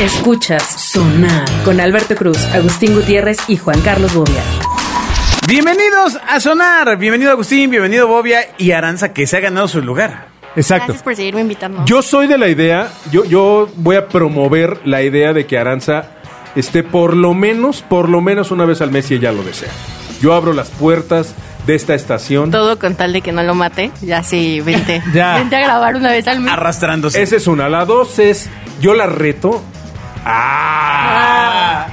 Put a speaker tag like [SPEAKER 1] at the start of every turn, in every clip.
[SPEAKER 1] Escuchas Sonar con Alberto Cruz, Agustín Gutiérrez y Juan Carlos Bobia.
[SPEAKER 2] Bienvenidos a Sonar. Bienvenido Agustín, bienvenido Bobia y Aranza que se ha ganado su lugar.
[SPEAKER 3] Exacto.
[SPEAKER 4] Gracias por seguirme invitando.
[SPEAKER 3] Yo soy de la idea, yo, yo voy a promover la idea de que Aranza esté por lo menos, por lo menos una vez al mes si ella lo desea. Yo abro las puertas de esta estación.
[SPEAKER 4] Todo con tal de que no lo mate. Ya sí, vente.
[SPEAKER 2] Ya.
[SPEAKER 4] Vente a grabar una vez al mes.
[SPEAKER 2] Arrastrándose.
[SPEAKER 3] Esa es una. La dos es, yo la reto. ¡Ah!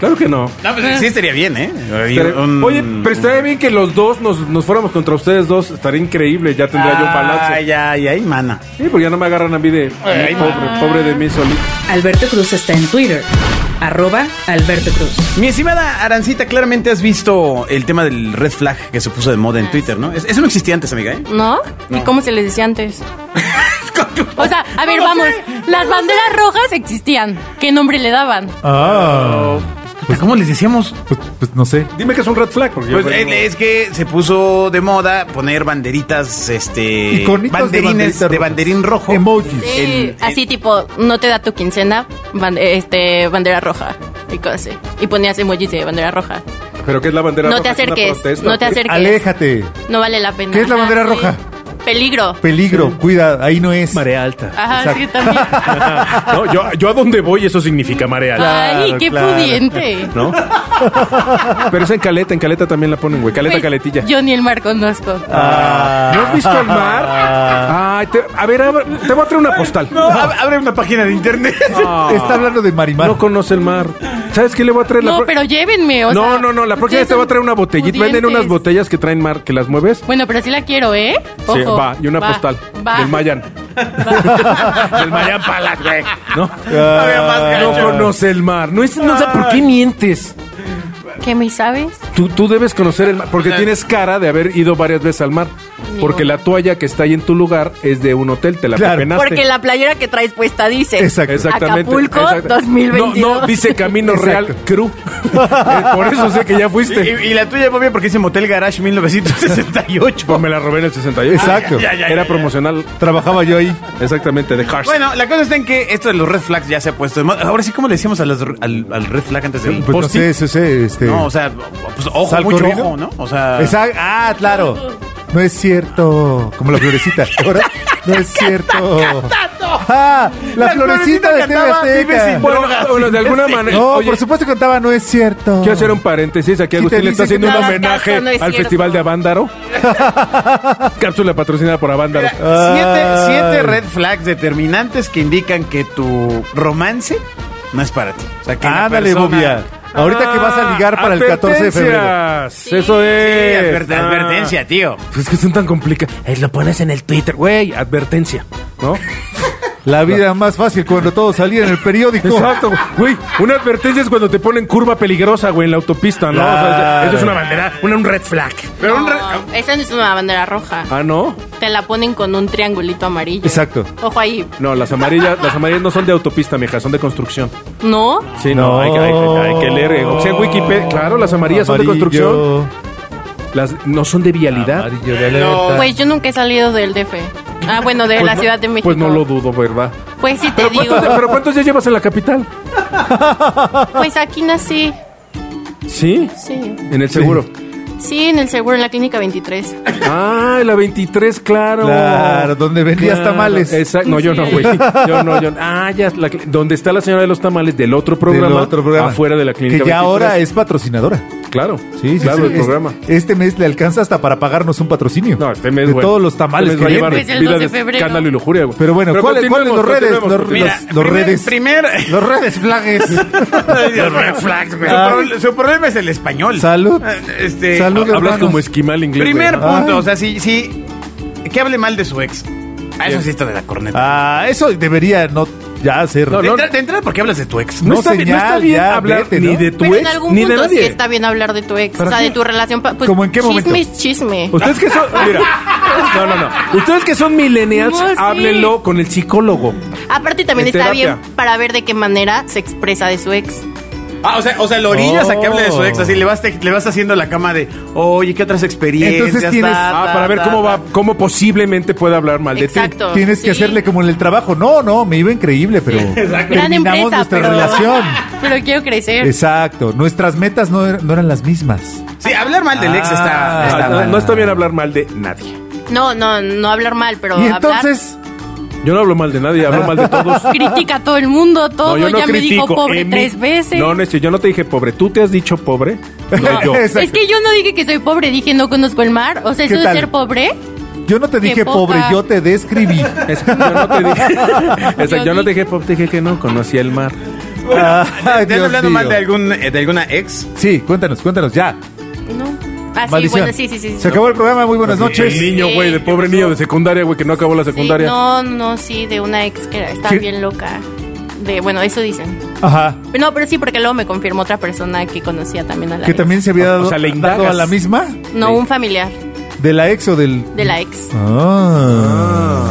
[SPEAKER 3] Claro que no.
[SPEAKER 2] No, pues sí estaría bien, este ¿eh? Ahí
[SPEAKER 3] Estaré-
[SPEAKER 2] un-
[SPEAKER 3] Oye, pero estaría bien que los dos nos, nos fuéramos contra ustedes dos. Estaría increíble, ya tendría yo un
[SPEAKER 2] Ay,
[SPEAKER 3] balance.
[SPEAKER 2] ya, ya, mana.
[SPEAKER 3] Sí, porque ya no me agarran a mí de...
[SPEAKER 2] Ay,
[SPEAKER 3] pobre, pobre de mí solito.
[SPEAKER 1] Alberto Cruz está en Twitter, arroba Alberto Cruz.
[SPEAKER 2] Mi estimada Arancita, claramente has visto el tema del red flag que se puso de moda en Twitter, ¿no? Es- Eso no existía antes, amiga, ¿eh?
[SPEAKER 4] ¿No? ¿Y
[SPEAKER 2] No.
[SPEAKER 4] cómo se les decía antes? O sea, a ver, vamos. Las banderas rojas existían. ¿Qué nombre le daban?
[SPEAKER 5] Ah,
[SPEAKER 2] ¿Cómo les decíamos?
[SPEAKER 5] pues, pues no sé.
[SPEAKER 3] Dime que es un red flag. porque yo-
[SPEAKER 2] Pues es, es que se puso de moda poner banderitas, este...
[SPEAKER 5] Iconitos de
[SPEAKER 2] banderines
[SPEAKER 5] banderita
[SPEAKER 2] de
[SPEAKER 5] roja.
[SPEAKER 2] banderín rojo.
[SPEAKER 5] Emojis.
[SPEAKER 4] Sí,
[SPEAKER 2] El-
[SPEAKER 4] así tipo, no te da tu quincena, ban- este, bandera roja. Y cosas así. Y ponías emojis de bandera roja.
[SPEAKER 3] Pero que es la bandera
[SPEAKER 4] No
[SPEAKER 3] roja?
[SPEAKER 4] te
[SPEAKER 3] ¿Es una
[SPEAKER 4] acerques,
[SPEAKER 3] protesta? Eh,
[SPEAKER 4] no te acerques.
[SPEAKER 5] Aléjate.
[SPEAKER 4] No vale la pena.
[SPEAKER 5] ¿Qué es la
[SPEAKER 4] Ajá,
[SPEAKER 5] bandera
[SPEAKER 4] sí.
[SPEAKER 5] roja?
[SPEAKER 4] Peligro.
[SPEAKER 5] Peligro, cuida, ahí no es.
[SPEAKER 6] Marea alta.
[SPEAKER 4] Ajá, sí, también.
[SPEAKER 3] No, yo, yo a donde voy eso significa marea alta.
[SPEAKER 4] Ay, qué
[SPEAKER 5] claro.
[SPEAKER 4] pudiente.
[SPEAKER 3] ¿No? Pero es en caleta, en caleta también la ponen, güey. Caleta,
[SPEAKER 4] Pues,
[SPEAKER 3] caletilla. Ah.
[SPEAKER 4] Yo ni el mar conozco.
[SPEAKER 3] ¿No has visto el mar? Ay, te- a ver, abre- te voy a traer una postal.
[SPEAKER 2] No, ab- abre una página de internet.
[SPEAKER 5] Está hablando de Marimar.
[SPEAKER 3] No conoce el mar. ¿Sabes qué le voy a traer? la
[SPEAKER 4] No,
[SPEAKER 3] pro-
[SPEAKER 4] pero llévenme, o
[SPEAKER 3] no,
[SPEAKER 4] sea,
[SPEAKER 3] no, no, la próxima vez te voy a traer una botellita.
[SPEAKER 4] ustedes son
[SPEAKER 3] Venden unas
[SPEAKER 4] pudientes.
[SPEAKER 3] botellas que traen mar, que las mueves.
[SPEAKER 4] Bueno, pero sí la quiero, ¿eh?
[SPEAKER 3] Sí,
[SPEAKER 4] Ojo.
[SPEAKER 3] va, y una postal
[SPEAKER 4] va.
[SPEAKER 3] del Mayan. del Mayan Palace, güey. ¿No?
[SPEAKER 2] Todavía más
[SPEAKER 5] Ah,
[SPEAKER 3] No
[SPEAKER 2] gacho.
[SPEAKER 3] conoce el mar. No, es, no sé por qué mientes.
[SPEAKER 4] ¿Qué me sabes?
[SPEAKER 3] Tú, tú debes conocer el mar, porque tienes cara de haber ido varias veces al mar. Porque la toalla que está ahí en tu lugar es de un hotel, te la
[SPEAKER 5] Claro.
[SPEAKER 3] pepenaste.
[SPEAKER 4] Porque la playera que traes puesta dice.
[SPEAKER 5] Exacto.
[SPEAKER 3] Exactamente.
[SPEAKER 4] Acapulco, 2022.
[SPEAKER 3] No, no, dice Camino
[SPEAKER 5] Exacto.
[SPEAKER 3] Real Crew. Eh, Por eso sé que
[SPEAKER 2] Y,
[SPEAKER 3] ya
[SPEAKER 5] Este.
[SPEAKER 3] fuiste.
[SPEAKER 2] y- y la tuya, Bobia, porque dice Motel Garage 1968.
[SPEAKER 3] Pues me la robé en el 68.
[SPEAKER 5] Exacto.
[SPEAKER 2] Ah, ya, ya, ya,
[SPEAKER 3] Era
[SPEAKER 2] ya.
[SPEAKER 3] promocional.
[SPEAKER 5] Trabajaba yo ahí.
[SPEAKER 3] Exactamente, de Cars.
[SPEAKER 2] Bueno, la cosa está en que esto de los red flags ya se ha puesto de moda. Ahora sí, ¿cómo le decíamos a los- al, al red flag antes de
[SPEAKER 5] Pues no sé, sí, sí, este.
[SPEAKER 2] No, o sea, pues ojo,
[SPEAKER 5] ¿sal
[SPEAKER 2] mucho
[SPEAKER 5] corrido?
[SPEAKER 2] ojo, ¿no? O sea,
[SPEAKER 5] Exacto. Ah, claro. No es cierto. Como la florecita. Ahora, No es cierto. Ah, la florecita de TV
[SPEAKER 2] cantaba Vives
[SPEAKER 5] Azteca.
[SPEAKER 2] sin
[SPEAKER 3] Bueno,
[SPEAKER 2] drogas,
[SPEAKER 3] bueno, de alguna
[SPEAKER 2] imbécil.
[SPEAKER 3] manera.
[SPEAKER 5] No,
[SPEAKER 3] Oye,
[SPEAKER 5] por supuesto que contaba, no es cierto.
[SPEAKER 3] Quiero hacer un paréntesis. Aquí
[SPEAKER 5] Sí,
[SPEAKER 3] Agustín
[SPEAKER 5] te
[SPEAKER 3] le está
[SPEAKER 5] dice
[SPEAKER 3] haciendo
[SPEAKER 5] que
[SPEAKER 3] un
[SPEAKER 5] no
[SPEAKER 4] hagas
[SPEAKER 3] homenaje
[SPEAKER 4] caso, no es
[SPEAKER 3] al
[SPEAKER 4] cierto.
[SPEAKER 3] Festival de Avándaro. Cápsula patrocinada por Avándaro.
[SPEAKER 2] Mira, siete,
[SPEAKER 5] Ay.
[SPEAKER 2] siete red flags determinantes que indican que tu romance no es para ti. O sea, que la
[SPEAKER 5] Ándale,
[SPEAKER 2] persona- Ah,
[SPEAKER 5] Bobia. Ahorita que vas a ligar para el 14 de febrero.
[SPEAKER 3] Advertencias. Eso
[SPEAKER 2] Sí,
[SPEAKER 3] es.
[SPEAKER 2] adver-
[SPEAKER 3] Ah.
[SPEAKER 2] advertencia, tío.
[SPEAKER 3] Pues es que son tan complicadas. Eh, lo pones en el Twitter, güey, advertencia, ¿no?
[SPEAKER 5] La vida más fácil cuando todo salía en el periódico.
[SPEAKER 3] Exacto, güey. Una advertencia es cuando te ponen curva peligrosa, güey, en la autopista, ¿no? O sea,
[SPEAKER 5] Claro.
[SPEAKER 3] eso es una bandera, una- un red flag.
[SPEAKER 2] Pero un red-
[SPEAKER 4] No, esa no es una bandera roja.
[SPEAKER 3] Ah, ¿no?
[SPEAKER 4] Te la ponen con un triangulito amarillo.
[SPEAKER 5] Exacto.
[SPEAKER 4] Ojo ahí.
[SPEAKER 3] No, las amarillas, las amarillas no son de autopista, mija, son de construcción.
[SPEAKER 4] ¿No?
[SPEAKER 3] Sí, no,
[SPEAKER 5] No.
[SPEAKER 3] Hay, que- hay que- hay que leer. eh. O sea, Wikipedia, claro, las amarillas son de construcción. Las no son de vialidad.
[SPEAKER 5] Amarillo de alerta.
[SPEAKER 4] Pues yo nunca he salido del DF. Ah, bueno, de
[SPEAKER 3] Ah. Pues
[SPEAKER 4] la
[SPEAKER 3] no-
[SPEAKER 4] Ciudad de México.
[SPEAKER 3] Pues no lo dudo, ¿verdad?
[SPEAKER 4] Pues sí te
[SPEAKER 3] Pero
[SPEAKER 4] digo.
[SPEAKER 3] ¿cuántos, pero ¿cuántos días llevas en la capital?
[SPEAKER 4] Pues aquí nací.
[SPEAKER 3] ¿Sí?
[SPEAKER 4] Sí.
[SPEAKER 3] En el seguro.
[SPEAKER 4] Sí, en el seguro, en la clínica 23.
[SPEAKER 3] Ah, la 23, claro.
[SPEAKER 5] Claro, donde vendías tamales.
[SPEAKER 3] Exacto. No, yo no, güey. Yo no, yo no. Ah, ya. la cli- donde está la señora de los tamales del otro programa.
[SPEAKER 5] Del otro programa.
[SPEAKER 3] Afuera de la clínica.
[SPEAKER 5] Que
[SPEAKER 3] 23.
[SPEAKER 5] ya ahora es patrocinadora.
[SPEAKER 3] Claro.
[SPEAKER 5] Sí, sí,
[SPEAKER 3] Claro,
[SPEAKER 5] sí.
[SPEAKER 3] el
[SPEAKER 5] Este-
[SPEAKER 3] programa.
[SPEAKER 5] Este, mes le alcanza hasta para pagarnos un patrocinio.
[SPEAKER 3] No, este mes,
[SPEAKER 5] De
[SPEAKER 3] güey.
[SPEAKER 5] todos los tamales
[SPEAKER 3] Este mes
[SPEAKER 5] que
[SPEAKER 3] va a
[SPEAKER 5] venden.
[SPEAKER 3] llevar
[SPEAKER 4] Desde el
[SPEAKER 3] vida
[SPEAKER 4] 12 de
[SPEAKER 3] de
[SPEAKER 4] febrero.
[SPEAKER 3] escándalo y lujuria, güey.
[SPEAKER 5] Pero bueno, ¿cuáles-
[SPEAKER 3] continuemos,
[SPEAKER 5] cuáles los redes?
[SPEAKER 3] continuemos,
[SPEAKER 5] Los-
[SPEAKER 3] continuemos.
[SPEAKER 2] Mira,
[SPEAKER 5] los redes.
[SPEAKER 2] Primer,
[SPEAKER 5] Los redes flags.
[SPEAKER 2] los red flags, güey. Su, pro- su problema es el español.
[SPEAKER 5] Ah. Salud.
[SPEAKER 2] Eh, Este,
[SPEAKER 5] Salud,
[SPEAKER 3] Hablas
[SPEAKER 5] hermanos.
[SPEAKER 3] como esquimal inglés. güey.
[SPEAKER 2] Primer
[SPEAKER 5] Ay.
[SPEAKER 2] punto, o sea, sí, sí. Que hable mal de su ex. Ah, eso sí está de la corneta.
[SPEAKER 5] Eh. Ah, eso debería no ya ser.
[SPEAKER 3] No,
[SPEAKER 2] de,
[SPEAKER 3] no.
[SPEAKER 2] entra- de entrada, ¿por qué hablas de tu ex?
[SPEAKER 3] No,
[SPEAKER 5] no,
[SPEAKER 3] está, bien- no está
[SPEAKER 5] señal,
[SPEAKER 3] bien
[SPEAKER 5] ya,
[SPEAKER 3] hablar
[SPEAKER 5] vete,
[SPEAKER 3] ni
[SPEAKER 5] ¿no?
[SPEAKER 3] de tu
[SPEAKER 4] Pero en
[SPEAKER 3] ex
[SPEAKER 4] algún
[SPEAKER 3] ni de
[SPEAKER 4] punto
[SPEAKER 3] nadie.
[SPEAKER 4] sí está bien hablar de tu ex, o
[SPEAKER 5] ¿Para
[SPEAKER 4] sea,
[SPEAKER 5] qué?
[SPEAKER 4] de tu relación. pa- Pues,
[SPEAKER 5] ¿Cómo en qué momento? Pues,
[SPEAKER 4] Chisme es chisme.
[SPEAKER 3] Ustedes que son, mira, no, no, no. Ustedes que son millennials,
[SPEAKER 4] No, sí.
[SPEAKER 3] háblenlo con el psicólogo.
[SPEAKER 4] Aparte también
[SPEAKER 3] en
[SPEAKER 4] está
[SPEAKER 3] terapia.
[SPEAKER 4] bien para ver de qué manera se expresa de su ex.
[SPEAKER 2] Ah, o sea, o sea, lo orillas a que
[SPEAKER 5] Oh.
[SPEAKER 2] hable de su ex, así le vas, te- le vas haciendo la cama de, oye, ¿qué otras experiencias?
[SPEAKER 5] Entonces tienes-
[SPEAKER 2] Ta,
[SPEAKER 3] Ah,
[SPEAKER 2] ta,
[SPEAKER 3] para ver
[SPEAKER 2] ta,
[SPEAKER 3] cómo
[SPEAKER 2] ta.
[SPEAKER 3] va, cómo posiblemente puede hablar mal de ti.
[SPEAKER 4] Exacto.
[SPEAKER 5] Tienes que
[SPEAKER 4] sí.
[SPEAKER 5] hacerle como en el trabajo. No, no, me iba increíble, pero
[SPEAKER 4] Gran
[SPEAKER 5] terminamos
[SPEAKER 4] empresa,
[SPEAKER 5] nuestra
[SPEAKER 4] pero-
[SPEAKER 5] relación.
[SPEAKER 4] Pero quiero crecer.
[SPEAKER 5] Exacto. Nuestras metas no, er- no eran las mismas.
[SPEAKER 2] Sí, hablar mal del ex está,
[SPEAKER 5] Ah,
[SPEAKER 2] está
[SPEAKER 3] Ah, no,
[SPEAKER 2] mal.
[SPEAKER 3] no está bien hablar mal de nadie.
[SPEAKER 4] No, no, no hablar mal, pero
[SPEAKER 5] y
[SPEAKER 4] hablar-
[SPEAKER 5] entonces,
[SPEAKER 3] Yo no hablo mal de nadie, hablo mal de todos.
[SPEAKER 4] critica a todo el mundo, todo.
[SPEAKER 3] No, yo no
[SPEAKER 4] ya me dijo
[SPEAKER 3] critico,
[SPEAKER 4] pobre
[SPEAKER 3] Emi.
[SPEAKER 4] tres veces.
[SPEAKER 3] No, Necio, yo no te dije pobre. Tú te has dicho pobre. No, yo.
[SPEAKER 5] Exacto.
[SPEAKER 4] Es que yo no dije que soy pobre, dije no conozco el mar. O sea,
[SPEAKER 5] ¿Qué
[SPEAKER 4] eso de
[SPEAKER 5] tal?
[SPEAKER 4] ser pobre.
[SPEAKER 5] yo no te
[SPEAKER 4] Qué
[SPEAKER 5] dije pobre,
[SPEAKER 4] poca.
[SPEAKER 5] yo te describí.
[SPEAKER 3] Es que yo no te dije. Exacto,
[SPEAKER 4] Yo
[SPEAKER 3] yo no te
[SPEAKER 4] dije-
[SPEAKER 3] dije pobre, te dije que no conocía el mar.
[SPEAKER 5] Ay,
[SPEAKER 2] ¿Estás
[SPEAKER 5] Dios
[SPEAKER 2] hablando mal
[SPEAKER 5] mío.
[SPEAKER 2] de, algún, eh, de alguna ex?
[SPEAKER 5] Sí, cuéntanos, cuéntanos, ya.
[SPEAKER 4] No. Ah, sí,
[SPEAKER 5] Maldición.
[SPEAKER 4] bueno, sí, sí, sí.
[SPEAKER 5] Se acabó el programa, muy buenas noches.
[SPEAKER 3] El niño, güey, de pobre niño de secundaria, güey, que no acabó la
[SPEAKER 4] Sí,
[SPEAKER 3] secundaria.
[SPEAKER 4] no, no, sí, de una ex que era- está
[SPEAKER 5] ¿Qué?
[SPEAKER 4] bien loca. De, bueno, eso dicen.
[SPEAKER 5] Ajá.
[SPEAKER 4] Pero no, pero sí, porque luego me confirmó otra persona que conocía también a la
[SPEAKER 5] Que
[SPEAKER 4] ex.
[SPEAKER 5] también se había
[SPEAKER 3] O- o
[SPEAKER 5] dado,
[SPEAKER 3] sea, le
[SPEAKER 5] dado a
[SPEAKER 3] indagas.
[SPEAKER 5] la misma.
[SPEAKER 4] No, un familiar
[SPEAKER 5] ¿De la ex o del...?
[SPEAKER 4] de la ex.
[SPEAKER 5] Ah.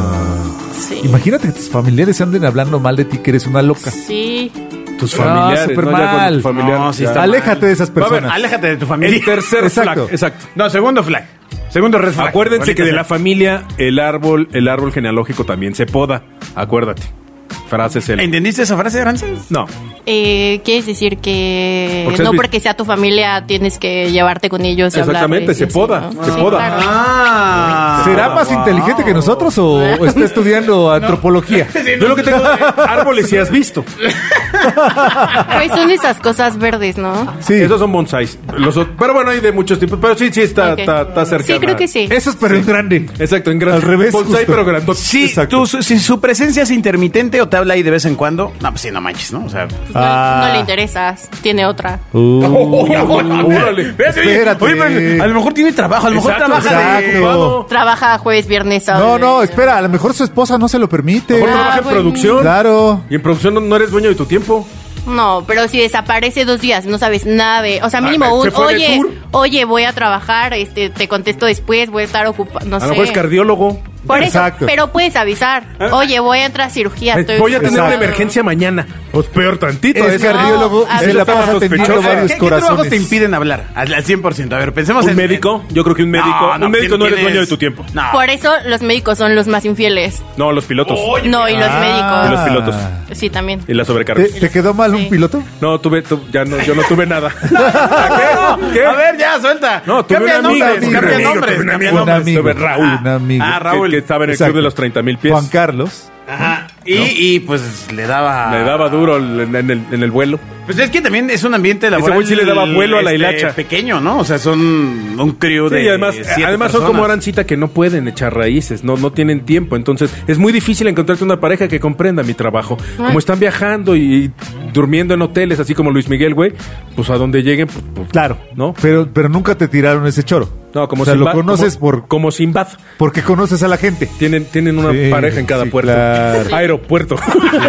[SPEAKER 4] Sí.
[SPEAKER 5] Imagínate que tus familiares anden hablando mal de ti, que eres una loca.
[SPEAKER 4] Sí.
[SPEAKER 3] Tus
[SPEAKER 5] Ah,
[SPEAKER 3] familiares,
[SPEAKER 5] súper
[SPEAKER 3] ¿no? Ya con
[SPEAKER 5] mal.
[SPEAKER 3] tu familiar.
[SPEAKER 2] No, sí
[SPEAKER 3] ya.
[SPEAKER 2] está mal.
[SPEAKER 5] Aléjate de esas
[SPEAKER 2] Va a ver,
[SPEAKER 5] personas.
[SPEAKER 2] aléjate de tu familia.
[SPEAKER 3] El tercer
[SPEAKER 5] Exacto.
[SPEAKER 3] flag, exacto.
[SPEAKER 2] No, segundo flag. Segundo red flag.
[SPEAKER 3] Acuérdense que de la
[SPEAKER 2] Ahorita
[SPEAKER 3] familia el árbol, el árbol genealógico también se poda. Acuérdate. Frase
[SPEAKER 2] se-
[SPEAKER 3] célebre.
[SPEAKER 2] ¿Entendiste esa frase, Aranza?
[SPEAKER 3] No.
[SPEAKER 4] Eh, ¿Quieres decir que
[SPEAKER 3] Porque
[SPEAKER 4] no
[SPEAKER 3] has vi-
[SPEAKER 4] porque sea tu familia tienes que llevarte con ellos? y
[SPEAKER 3] Exactamente,
[SPEAKER 4] hablarles y
[SPEAKER 3] se
[SPEAKER 4] así,
[SPEAKER 3] poda,
[SPEAKER 4] ¿no?
[SPEAKER 3] se
[SPEAKER 4] Sí,
[SPEAKER 3] poda.
[SPEAKER 4] claro.
[SPEAKER 2] Ah.
[SPEAKER 5] ¿Será más inteligente que nosotros o, o está estudiando antropología?
[SPEAKER 3] Yo lo que tengo es árboles si has visto.
[SPEAKER 4] Pues son esas cosas verdes, ¿no?
[SPEAKER 5] Sí.
[SPEAKER 3] Esos son bonsais. Los ot- pero bueno, hay de muchos tipos. Pero sí, sí, está,
[SPEAKER 4] Ok.
[SPEAKER 3] está, está cercana.
[SPEAKER 4] Sí, creo que sí.
[SPEAKER 5] Esos, pero en grande.
[SPEAKER 3] Exacto, en gran-
[SPEAKER 5] Al revés,
[SPEAKER 3] Bonsai,
[SPEAKER 5] justo.
[SPEAKER 3] pero grandote.
[SPEAKER 2] Sí,
[SPEAKER 5] Exacto.
[SPEAKER 2] tú- su- si su presencia es intermitente o te habla ahí de vez en cuando, no, pues sí, no manches, ¿no? O sea,
[SPEAKER 4] No,
[SPEAKER 5] Ah. Uh.
[SPEAKER 4] no le interesas, tiene otra.
[SPEAKER 3] Órale.
[SPEAKER 2] Espérate, oye,
[SPEAKER 5] Oh, Espérate.
[SPEAKER 2] oye, pero a lo mejor tiene trabajo, a lo mejor
[SPEAKER 3] Exacto,
[SPEAKER 2] trabaja de-
[SPEAKER 5] exacto.
[SPEAKER 4] Trabaja jueves, viernes, sábado.
[SPEAKER 5] No, no, espera, a lo mejor su esposa no se lo permite.
[SPEAKER 3] Mejor trabaja en
[SPEAKER 4] Ah, bueno.
[SPEAKER 3] producción.
[SPEAKER 5] Claro.
[SPEAKER 3] Y en producción no, no eres dueño de tu tiempo.
[SPEAKER 4] No, pero si desaparece dos días, no sabes nada de. O sea,
[SPEAKER 3] Ah,
[SPEAKER 4] mínimo
[SPEAKER 3] ¿se
[SPEAKER 4] un.
[SPEAKER 3] fue de
[SPEAKER 4] Oye,
[SPEAKER 3] tour?
[SPEAKER 4] oye, voy a trabajar, este, te contesto después, voy a estar ocupado. No
[SPEAKER 3] A
[SPEAKER 4] sé.
[SPEAKER 3] lo mejor es cardiólogo.
[SPEAKER 4] Por
[SPEAKER 5] Exacto.
[SPEAKER 4] eso, pero puedes avisar.
[SPEAKER 3] Ah.
[SPEAKER 4] Oye, voy a entrar a cirugía.
[SPEAKER 3] Eh,
[SPEAKER 4] estoy
[SPEAKER 3] Voy a tener
[SPEAKER 4] ocupado.
[SPEAKER 3] una emergencia mañana. Pues peor tantito.
[SPEAKER 5] Es
[SPEAKER 3] es-
[SPEAKER 5] cardiólogo
[SPEAKER 4] a
[SPEAKER 5] y se
[SPEAKER 4] ver.
[SPEAKER 5] la
[SPEAKER 4] Eso
[SPEAKER 5] pasa
[SPEAKER 3] estaba
[SPEAKER 5] atendiendo
[SPEAKER 3] sospechoso.
[SPEAKER 5] varios
[SPEAKER 2] ¿Qué, qué trabajos
[SPEAKER 5] corazones.
[SPEAKER 2] te impiden hablar? Al, al 100%. A ver, pensemos
[SPEAKER 3] ¿Un
[SPEAKER 2] en...
[SPEAKER 3] médico? Yo creo que un médico.
[SPEAKER 2] No,
[SPEAKER 3] un médico no eres
[SPEAKER 2] tienes-
[SPEAKER 3] dueño de tu tiempo.
[SPEAKER 2] No.
[SPEAKER 4] Por eso los médicos son los más infieles.
[SPEAKER 3] No, los pilotos.
[SPEAKER 4] No, y los
[SPEAKER 5] Ah.
[SPEAKER 3] Y los pilotos.
[SPEAKER 4] médicos. Sí, también.
[SPEAKER 3] Y las
[SPEAKER 5] ¿Te,
[SPEAKER 3] sobrecargas.
[SPEAKER 5] te quedó mal un
[SPEAKER 4] Sí.
[SPEAKER 5] piloto?
[SPEAKER 3] No, tuve, tu- ya no, yo no tuve nada. ¿A qué? ¿Qué?
[SPEAKER 2] A ver, ya, suelta.
[SPEAKER 3] No, tuve
[SPEAKER 2] Cambia
[SPEAKER 3] un amigo,
[SPEAKER 2] nombres,
[SPEAKER 5] tuve un
[SPEAKER 2] cambia
[SPEAKER 5] amigo,
[SPEAKER 2] nombres,
[SPEAKER 3] tuve un
[SPEAKER 2] cambia
[SPEAKER 3] amigo.
[SPEAKER 5] Un
[SPEAKER 2] nombres.
[SPEAKER 5] amigo,
[SPEAKER 3] Sobre Raúl.
[SPEAKER 5] un amigo.
[SPEAKER 2] Ah,
[SPEAKER 3] Que-
[SPEAKER 2] Raúl.
[SPEAKER 3] Que, estaba en el
[SPEAKER 5] Exacto.
[SPEAKER 3] club de los 30 mil pies.
[SPEAKER 5] Juan Carlos.
[SPEAKER 2] Ajá. Y, y, pues le daba.
[SPEAKER 3] Le daba duro en, en el, en el vuelo.
[SPEAKER 2] Pues es que también es un ambiente laboral. este,
[SPEAKER 3] güey sí le daba vuelo a la hilacha.
[SPEAKER 2] Pequeño, ¿no? O sea, son un crew
[SPEAKER 3] Sí,
[SPEAKER 2] de.
[SPEAKER 3] y además,
[SPEAKER 2] siete
[SPEAKER 3] además son como
[SPEAKER 2] personas.
[SPEAKER 3] arancita que no pueden echar raíces, no, no tienen tiempo. Entonces, es muy difícil encontrarte una pareja que comprenda mi trabajo. Como están viajando y, durmiendo en hoteles, así como Luis Miguel, güey, pues a donde lleguen, pues, pues,
[SPEAKER 5] Claro.
[SPEAKER 3] ¿No?
[SPEAKER 5] Pero, pero nunca te tiraron ese choro.
[SPEAKER 3] No, como
[SPEAKER 5] O sea, lo
[SPEAKER 3] Sinbad,
[SPEAKER 5] conoces
[SPEAKER 3] como,
[SPEAKER 5] por,
[SPEAKER 3] Como Sinbad.
[SPEAKER 5] porque conoces a la gente.
[SPEAKER 3] Tienen, tienen una
[SPEAKER 5] Sí,
[SPEAKER 3] pareja en cada
[SPEAKER 5] sí,
[SPEAKER 3] puerto.
[SPEAKER 5] claro.
[SPEAKER 3] Aeropuerto.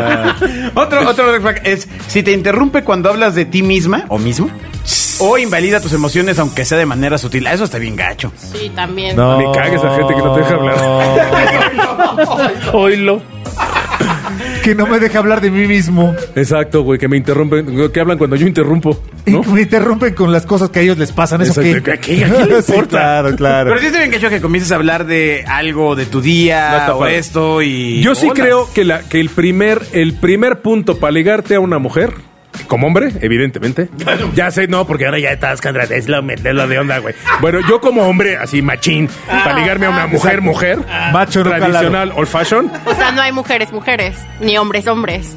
[SPEAKER 2] Otro, otro red flag es si te interrumpe cuando hablas de ti misma o mismo. O invalida tus emociones, aunque sea de manera sutil. Ah, Eso está bien gacho.
[SPEAKER 4] Sí, también.
[SPEAKER 5] No.
[SPEAKER 3] Me caga esa gente que no te deja hablar. Oílo.
[SPEAKER 5] que no me deja hablar de mí mismo.
[SPEAKER 3] Exacto, güey, que me interrumpen, que hablan cuando yo interrumpo, ¿no?
[SPEAKER 5] Y que me interrumpen con las cosas que a ellos les pasan. ¿Eso qué?
[SPEAKER 3] Exacto. ¿A qué- a quién le
[SPEAKER 5] Sí,
[SPEAKER 3] importa?
[SPEAKER 5] claro, claro.
[SPEAKER 2] Pero sí está bien gacho que comiences a hablar de algo de tu
[SPEAKER 3] No
[SPEAKER 2] día
[SPEAKER 3] está
[SPEAKER 2] o
[SPEAKER 3] padre.
[SPEAKER 2] esto y.
[SPEAKER 3] Yo sí
[SPEAKER 2] Hola.
[SPEAKER 3] creo que, la, que el, primer, el primer punto para ligarte a una mujer, como hombre, evidentemente. Ya sé, no, porque ahora ya estás contra es lo, es lo de onda, güey. Bueno, yo como hombre, así machín, para ligarme a una
[SPEAKER 2] Ah,
[SPEAKER 3] mujer, mujer,
[SPEAKER 5] Macho no calado.
[SPEAKER 3] tradicional, old fashion.
[SPEAKER 4] O sea, no hay mujeres, mujeres, ni hombres, hombres.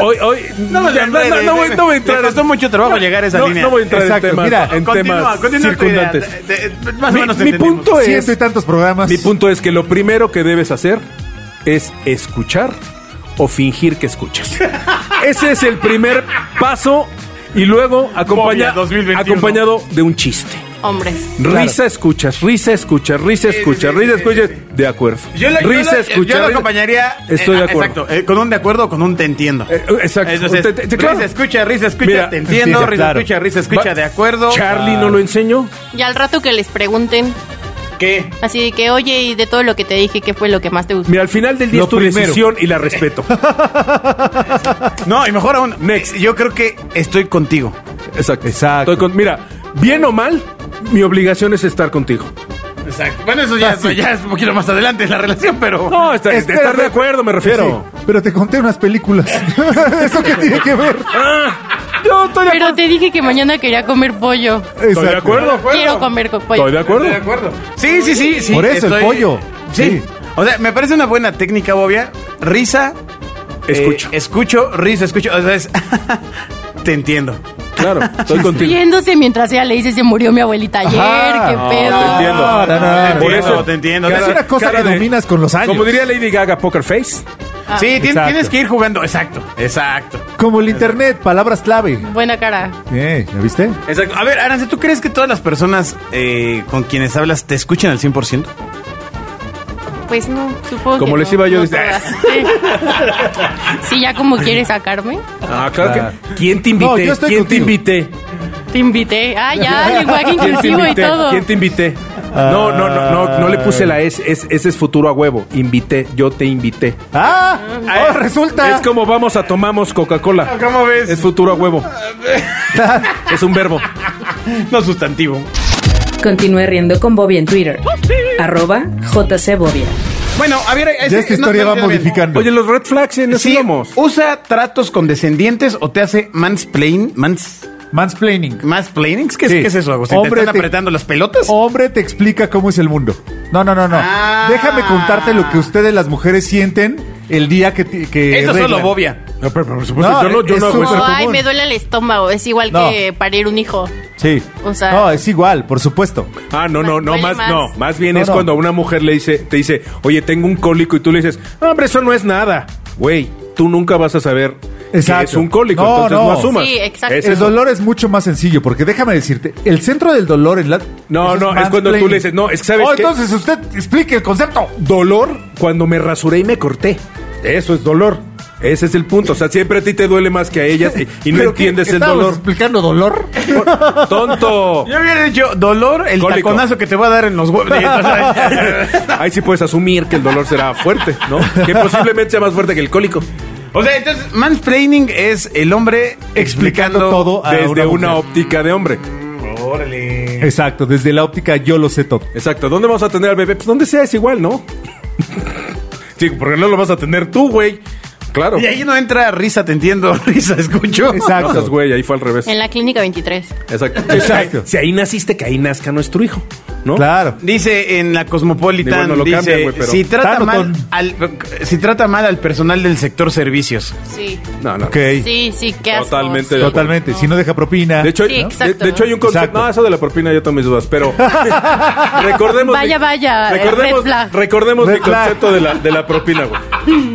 [SPEAKER 3] Hoy, hoy,
[SPEAKER 2] No, no,
[SPEAKER 3] ya,
[SPEAKER 2] no, no, no,
[SPEAKER 3] voy- no voy a entrar.
[SPEAKER 2] Le costó mucho trabajo llegar a esa
[SPEAKER 3] no,
[SPEAKER 2] línea.
[SPEAKER 3] No voy a entrar
[SPEAKER 5] Exacto,
[SPEAKER 3] en temas,
[SPEAKER 5] mira,
[SPEAKER 3] en temas
[SPEAKER 2] tu idea.
[SPEAKER 3] circundantes.
[SPEAKER 2] De- de- más
[SPEAKER 3] Mi-
[SPEAKER 2] o menos
[SPEAKER 3] mi
[SPEAKER 2] entendimos.
[SPEAKER 3] punto
[SPEAKER 5] Ciento y tantos programas.
[SPEAKER 3] Mi punto es que lo primero que debes hacer es escuchar o fingir que escuchas. Ese es el primer paso y luego acompaña-
[SPEAKER 2] Bobia 2021.
[SPEAKER 3] acompañado de un chiste.
[SPEAKER 4] Hombres.
[SPEAKER 3] Risa escuchas, risa escuchas, risa
[SPEAKER 2] sí,
[SPEAKER 3] escuchas,
[SPEAKER 2] sí,
[SPEAKER 3] risa
[SPEAKER 2] sí,
[SPEAKER 3] escuchas.
[SPEAKER 2] sí, sí.
[SPEAKER 3] De acuerdo.
[SPEAKER 2] Yo la,
[SPEAKER 3] Risa
[SPEAKER 2] yo la-
[SPEAKER 3] escuchas,
[SPEAKER 2] yo la
[SPEAKER 3] risa-
[SPEAKER 2] acompañaría.
[SPEAKER 3] Estoy
[SPEAKER 2] eh,
[SPEAKER 3] de acuerdo.
[SPEAKER 2] Exacto. eh, con un de acuerdo o con un te entiendo.
[SPEAKER 3] Eh, eh, exacto.
[SPEAKER 2] Entonces,
[SPEAKER 3] Te- te- te- claro.
[SPEAKER 2] Risa escucha, risa escucha,
[SPEAKER 3] Mira,
[SPEAKER 2] te entiendo.
[SPEAKER 5] sí,
[SPEAKER 2] risa
[SPEAKER 5] claro.
[SPEAKER 2] escucha, risa escucha,
[SPEAKER 3] Va-
[SPEAKER 2] de acuerdo. Ah.
[SPEAKER 3] Charlie no lo enseñó.
[SPEAKER 4] Y al rato que les pregunten,
[SPEAKER 2] ¿Qué?
[SPEAKER 4] Así de que, oye, y de todo lo que te dije, ¿qué fue lo que más te gustó?
[SPEAKER 3] Mira, al final del día
[SPEAKER 5] Lo
[SPEAKER 3] es tu
[SPEAKER 5] primero.
[SPEAKER 3] decisión y la respeto.
[SPEAKER 2] No, y mejor aún, Next. Yo creo que estoy contigo.
[SPEAKER 3] Exacto.
[SPEAKER 5] Exacto.
[SPEAKER 3] Estoy con- mira, bien o mal, mi obligación es estar contigo.
[SPEAKER 2] Exacto. Bueno, eso ya, eso ya es un poquito más adelante en la relación, pero.
[SPEAKER 3] No, está-
[SPEAKER 5] Espera,
[SPEAKER 3] estar de
[SPEAKER 5] espera.
[SPEAKER 3] acuerdo, me refiero.
[SPEAKER 5] Sí, pero te conté unas películas. ¿Eso qué tiene que ver?
[SPEAKER 3] Ah, yo estoy de
[SPEAKER 4] Pero
[SPEAKER 3] acuerdo.
[SPEAKER 4] te dije que mañana quería comer pollo.
[SPEAKER 3] Estoy de
[SPEAKER 5] Exacto.
[SPEAKER 3] acuerdo.
[SPEAKER 4] Quiero comer co- pollo.
[SPEAKER 3] Estoy de acuerdo.
[SPEAKER 2] Estoy de acuerdo. Sí, sí, sí, sí.
[SPEAKER 5] Por eso, el
[SPEAKER 2] estoy-
[SPEAKER 5] pollo.
[SPEAKER 2] Sí.
[SPEAKER 5] Sí.
[SPEAKER 2] O sea, me parece una buena técnica obvia. Risa. eh,
[SPEAKER 3] Escucho.
[SPEAKER 2] escucho, risa, escucho. O sea, es. te entiendo.
[SPEAKER 3] Claro, estoy contigo.
[SPEAKER 4] Riéndose mientras ella le dice se murió mi abuelita ayer,
[SPEAKER 5] Ajá.
[SPEAKER 4] qué
[SPEAKER 5] No,
[SPEAKER 4] pedo.
[SPEAKER 3] te entiendo.
[SPEAKER 5] No, no, no,
[SPEAKER 2] Te
[SPEAKER 5] no.
[SPEAKER 3] Por
[SPEAKER 2] entiendo,
[SPEAKER 3] eso
[SPEAKER 2] te entiendo.
[SPEAKER 5] Es
[SPEAKER 2] Cara-
[SPEAKER 5] una cosa
[SPEAKER 3] cara
[SPEAKER 5] que
[SPEAKER 3] de-
[SPEAKER 5] dominas con los años.
[SPEAKER 3] Como diría Lady Gaga, Poker Face.
[SPEAKER 2] Sí, tien- tienes,
[SPEAKER 5] Exacto.
[SPEAKER 2] que ir jugando. Exacto, exacto.
[SPEAKER 5] Como el internet, palabras clave.
[SPEAKER 4] Buena cara.
[SPEAKER 5] Eh, ¿Ya viste?
[SPEAKER 2] Exacto. A ver, Arance, ¿tú crees que todas las personas eh, con quienes hablas te escuchan al 100%?
[SPEAKER 4] Pues no, supongo
[SPEAKER 3] Como
[SPEAKER 4] que
[SPEAKER 3] les
[SPEAKER 4] no,
[SPEAKER 3] iba yo
[SPEAKER 4] no
[SPEAKER 3] dice-
[SPEAKER 4] todas. Sí. Sí, ya como quieres sacarme,
[SPEAKER 3] Ah, claro
[SPEAKER 5] Claro.
[SPEAKER 3] que. ¿Quién te invité?
[SPEAKER 5] No, yo estoy
[SPEAKER 3] ¿Quién te
[SPEAKER 5] contigo.
[SPEAKER 3] invité?
[SPEAKER 4] te invité. Ah, ya, lenguaje
[SPEAKER 3] ¿Quién te
[SPEAKER 4] inclusivo y
[SPEAKER 3] invité?
[SPEAKER 4] todo.
[SPEAKER 3] ¿Quién te invité? No, no, no, no, no le puse la S. es- ese es futuro a huevo. Invité, yo te invité.
[SPEAKER 5] ¡Ah!
[SPEAKER 2] Ah,
[SPEAKER 5] oh, resulta!
[SPEAKER 3] Es como vamos a tomamos Coca-Cola.
[SPEAKER 2] ¿Cómo ves?
[SPEAKER 3] Es futuro a huevo. Es un verbo.
[SPEAKER 2] no sustantivo.
[SPEAKER 1] Continúe riendo con Bobby en Twitter. Arroba JC Bobia.
[SPEAKER 2] Bueno, a ver.
[SPEAKER 5] ya
[SPEAKER 2] ese-
[SPEAKER 5] esta
[SPEAKER 2] no,
[SPEAKER 5] historia
[SPEAKER 2] no,
[SPEAKER 5] va
[SPEAKER 2] no, no, no.
[SPEAKER 5] modificando.
[SPEAKER 3] Oye, los red flags en eso
[SPEAKER 2] Sí,
[SPEAKER 3] íbamos.
[SPEAKER 2] usa tratos condescendientes o te hace mansplain, mans,
[SPEAKER 5] Mansplaining.
[SPEAKER 2] mansplainings. ¿Qué, es-
[SPEAKER 5] Sí.
[SPEAKER 2] qué es eso, Agustín?
[SPEAKER 5] Hombre,
[SPEAKER 2] ¿Te están
[SPEAKER 5] te-
[SPEAKER 2] apretando las pelotas?
[SPEAKER 3] Oh,
[SPEAKER 5] Hombre, te explica cómo es el mundo. No, no, no, no.
[SPEAKER 2] Ah.
[SPEAKER 5] Déjame contarte lo que ustedes, las mujeres, sienten el día que. ti- que
[SPEAKER 2] Eso solo
[SPEAKER 5] reglan.
[SPEAKER 2] Bobia.
[SPEAKER 3] No, pero por supuesto,
[SPEAKER 5] No,
[SPEAKER 3] yo no, yo
[SPEAKER 5] es
[SPEAKER 3] no hago
[SPEAKER 5] súper-
[SPEAKER 3] eso.
[SPEAKER 4] No, Pues, ay,
[SPEAKER 5] común.
[SPEAKER 4] me duele el estómago. Es igual
[SPEAKER 5] No.
[SPEAKER 4] que parir un hijo.
[SPEAKER 5] Sí.
[SPEAKER 4] O sea-
[SPEAKER 5] no, es igual, por supuesto.
[SPEAKER 3] Ah, no, no, no,
[SPEAKER 4] Duele
[SPEAKER 3] más,
[SPEAKER 4] más.
[SPEAKER 3] no. Más bien
[SPEAKER 5] No,
[SPEAKER 3] es
[SPEAKER 5] no.
[SPEAKER 3] cuando una mujer le dice, te dice, oye, tengo un cólico, y tú le dices, no, hombre, eso no es nada. Güey, tú nunca vas a saber
[SPEAKER 5] Exacto.
[SPEAKER 3] que es un cólico,
[SPEAKER 5] No,
[SPEAKER 3] entonces no,
[SPEAKER 5] no.
[SPEAKER 3] asumas.
[SPEAKER 4] Sí, exacto.
[SPEAKER 3] Es
[SPEAKER 5] el
[SPEAKER 3] eso.
[SPEAKER 5] dolor es mucho más sencillo, porque déjame decirte, el centro del dolor en la.
[SPEAKER 3] No,
[SPEAKER 5] eso
[SPEAKER 3] no, es cuando tú
[SPEAKER 5] mansplaining.
[SPEAKER 3] le dices, no, es que sabes
[SPEAKER 5] Oh,
[SPEAKER 3] qué?
[SPEAKER 5] entonces usted explique el concepto.
[SPEAKER 3] dolor cuando me rasuré y me corté. Eso es dolor. Ese es el punto. O sea, siempre a ti te duele más que a ellas y, y no
[SPEAKER 5] ¿Pero qué-
[SPEAKER 3] entiendes el
[SPEAKER 5] estábamos
[SPEAKER 3] dolor.
[SPEAKER 5] explicando dolor?
[SPEAKER 3] Por- tonto.
[SPEAKER 2] Yo hubiera dicho dolor, el
[SPEAKER 3] Cólico.
[SPEAKER 2] taconazo que te va a dar en los huevos.
[SPEAKER 3] Ahí sí puedes asumir que el dolor será fuerte, ¿no? Que posiblemente sea más fuerte que el cólico.
[SPEAKER 2] o sea, entonces, mansplaining es el hombre explicando,
[SPEAKER 5] Explicando todo a-
[SPEAKER 3] Desde
[SPEAKER 5] una
[SPEAKER 3] una
[SPEAKER 5] mujer.
[SPEAKER 3] óptica de hombre.
[SPEAKER 2] Órale.
[SPEAKER 5] Exacto, desde la óptica yo lo sé todo.
[SPEAKER 3] Exacto. ¿Dónde vamos a tener al bebé? Pues donde sea es igual, ¿no? Sí, porque no lo vas a tener tú, güey. Claro.
[SPEAKER 2] Y ahí no entra risa, te entiendo, risa, escucho.
[SPEAKER 5] Exacto.
[SPEAKER 3] No seas güey, ahí fue al revés.
[SPEAKER 4] En la clínica 23.
[SPEAKER 3] Exacto.
[SPEAKER 5] Exacto.
[SPEAKER 3] Si ahí naciste, que ahí nazca nuestro hijo, ¿no?
[SPEAKER 5] Claro.
[SPEAKER 2] Dice en la Cosmopolitan,
[SPEAKER 3] Igual no lo
[SPEAKER 2] dice,
[SPEAKER 3] cambian, güey, pero-
[SPEAKER 2] si, trata
[SPEAKER 5] Tano
[SPEAKER 2] mal
[SPEAKER 5] con-
[SPEAKER 2] al, si trata mal al personal del sector servicios.
[SPEAKER 4] Sí.
[SPEAKER 3] No, no.
[SPEAKER 5] Ok.
[SPEAKER 4] Sí, sí, qué asco.
[SPEAKER 3] Totalmente de acuerdo.
[SPEAKER 5] Totalmente. Si no deja propina.
[SPEAKER 3] De hecho,
[SPEAKER 4] Sí,
[SPEAKER 3] hay-
[SPEAKER 4] exacto.
[SPEAKER 3] de, de hecho hay un concepto.
[SPEAKER 5] Exacto.
[SPEAKER 3] No, eso de la propina yo tengo mis dudas, pero recordemos.
[SPEAKER 4] Vaya,
[SPEAKER 3] mi-
[SPEAKER 4] vaya, eh,
[SPEAKER 3] Recordemos,
[SPEAKER 4] red flag.
[SPEAKER 3] recordemos
[SPEAKER 5] Red
[SPEAKER 3] mi
[SPEAKER 5] flag.
[SPEAKER 3] concepto de la, de la propina, güey.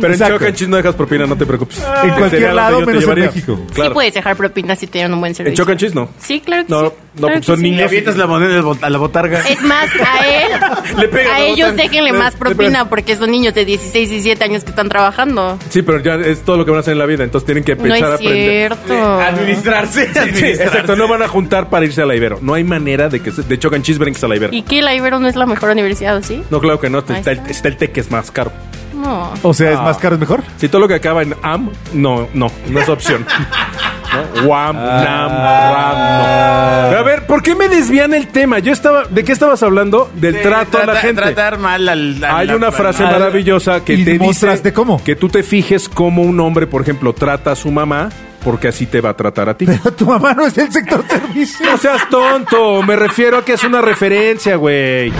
[SPEAKER 3] Pero
[SPEAKER 5] Exacto.
[SPEAKER 3] en Chocachis no dejas propina, no te preocupes.
[SPEAKER 5] En cualquier
[SPEAKER 3] Sería donde yo
[SPEAKER 5] lado
[SPEAKER 3] te
[SPEAKER 5] menos en
[SPEAKER 3] llevaría.
[SPEAKER 5] México.
[SPEAKER 3] Claro.
[SPEAKER 4] Sí puedes dejar propinas si te dan un buen
[SPEAKER 3] en
[SPEAKER 4] servicio.
[SPEAKER 3] Chocachis no.
[SPEAKER 4] Sí, claro que
[SPEAKER 3] No,
[SPEAKER 4] sí.
[SPEAKER 3] no,
[SPEAKER 4] Claro
[SPEAKER 3] porque
[SPEAKER 4] que
[SPEAKER 3] son
[SPEAKER 4] sí.
[SPEAKER 2] Le
[SPEAKER 3] niños.
[SPEAKER 2] avientas la moneda a la botarga.
[SPEAKER 4] Es más, a él,
[SPEAKER 3] Le pega,
[SPEAKER 4] a
[SPEAKER 3] le
[SPEAKER 4] ellos
[SPEAKER 3] botan.
[SPEAKER 4] déjenle
[SPEAKER 3] Le-
[SPEAKER 4] más
[SPEAKER 3] le
[SPEAKER 4] propina
[SPEAKER 3] pega.
[SPEAKER 4] porque son niños de 16 y 17 años que están trabajando.
[SPEAKER 3] Sí, pero ya es todo lo que van a hacer en la vida, entonces tienen que
[SPEAKER 4] No
[SPEAKER 3] pensar a
[SPEAKER 4] es
[SPEAKER 3] aprender.
[SPEAKER 4] cierto.
[SPEAKER 2] Administrarse.
[SPEAKER 3] Sí,
[SPEAKER 2] administrarse.
[SPEAKER 3] exacto, no van a juntar para irse a la Ibero. No hay manera de que se- de Chocachis brinques a la Ibero.
[SPEAKER 4] ¿Y qué? La Ibero no es la mejor universidad, ¿o sí?
[SPEAKER 3] No, claro que no, está,
[SPEAKER 4] Ahí
[SPEAKER 3] el-
[SPEAKER 4] está.
[SPEAKER 3] está el TEC que es más caro.
[SPEAKER 4] No.
[SPEAKER 5] O sea, es
[SPEAKER 3] Ah.
[SPEAKER 5] más caro, es mejor.
[SPEAKER 3] Si todo lo que acaba en AM, no, no, no es opción. ¿No? Guam,
[SPEAKER 2] Ah.
[SPEAKER 3] NAM, RAM, no. Pero a ver, ¿por qué me desvían el tema? Yo estaba, ¿de qué estabas hablando? Del
[SPEAKER 2] Sí,
[SPEAKER 3] trato a la
[SPEAKER 2] trata-
[SPEAKER 3] gente.
[SPEAKER 2] Tratar mal al. al-
[SPEAKER 3] Hay
[SPEAKER 2] la-
[SPEAKER 3] una frase
[SPEAKER 2] al-
[SPEAKER 5] al-
[SPEAKER 3] maravillosa que
[SPEAKER 5] ¿Y
[SPEAKER 3] te dice
[SPEAKER 5] demostraste cómo?
[SPEAKER 3] que tú te fijes cómo un hombre, por ejemplo, trata a su mamá, porque así te va a tratar a ti.
[SPEAKER 5] Pero tu mamá no es del sector servicio.
[SPEAKER 3] No seas tonto, me refiero a que es una referencia, güey.